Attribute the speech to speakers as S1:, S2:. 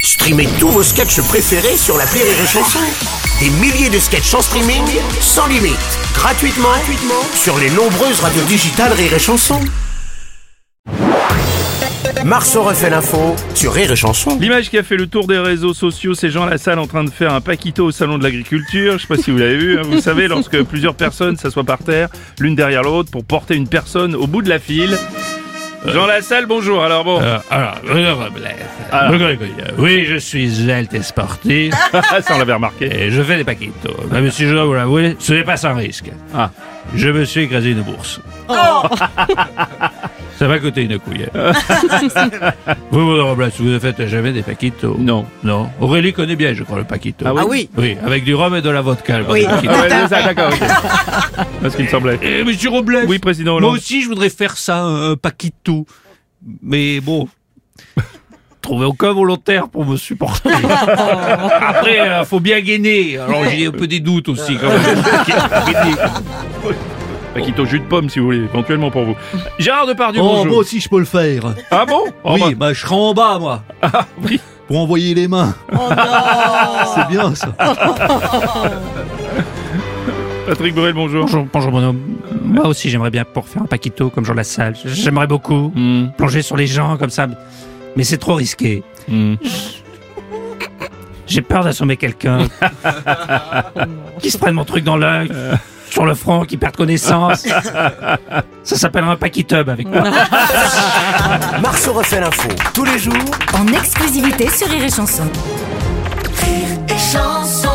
S1: Streamez tous vos sketchs préférés sur la Rire et Chanson. Des milliers de sketchs en streaming, sans limite, gratuitement, gratuitement sur les nombreuses radios digitales Rire et Chanson. Marceau refait l'info sur Rire et Chanson.
S2: L'image qui a fait le tour des réseaux sociaux, c'est Jean Lassalle en train de faire un paquito au salon de l'agriculture. Je sais pas si vous l'avez vu. hein. Vous savez, lorsque plusieurs personnes s'assoient par terre, l'une derrière l'autre, pour porter une personne au bout de la file. Jean Lassalle, bonjour. Alors bon,
S3: Euh, alors, Bruno Robles.
S2: Alors.
S3: Bruno Robles. Oui, je suis zelte et sportif.
S2: ça on l'avait remarqué.
S3: et je fais des paquitos. Mais monsieur, je dois vous l'avouer, ce n'est pas sans risque.
S2: Ah.
S3: Je me suis écrasé une bourse.
S2: Oh.
S3: Ça m'a coûté une couille. vous, Bruno Robles, vous ne faites jamais des paquitos
S2: Non.
S3: Non. Aurélie connaît bien, je crois, le paquito.
S2: Ah oui
S3: Oui, avec du rhum et de la vodka. le
S4: Oui.
S3: paquito.
S2: Ah ouais, c'est ça, d'accord. ok. C'est ce qu'il me semblait.
S3: Eh, monsieur Robles.
S2: Oui, président
S3: Moi
S2: Hollande.
S3: aussi, je voudrais faire ça, un paquito. Mais bon, trouver aucun volontaire pour me supporter. Après, euh, faut bien gainer. Alors, j'ai un peu des doutes aussi. Quand même.
S2: Paquito jus de pomme, si vous voulez, éventuellement pour vous. Gérard Depardieu,
S5: Oh, moi
S2: bonjour.
S5: aussi je peux le faire.
S2: Ah bon Oh,
S5: oui,
S2: bah,
S5: bah, je serai en bas, moi.
S2: oui.
S5: Pour envoyer les mains. C'est bien ça.
S2: Patrick Borel, bonjour.
S6: Bonjour, bonjour Bruno. Moi aussi j'aimerais bien pour faire un paquito comme Jean Lassalle. J'aimerais beaucoup
S2: Hmm,
S6: plonger sur les gens comme ça, mais c'est trop risqué.
S2: hmm.
S6: J'ai peur d'assommer quelqu'un qui se prenne mon truc dans l'œil, sur le front, qui perde connaissance. Ça s'appellera un paquitub avec moi.
S1: Marceau refait l'info tous les jours
S7: en exclusivité sur Rire et Chanson.
S8: Rire et chanson.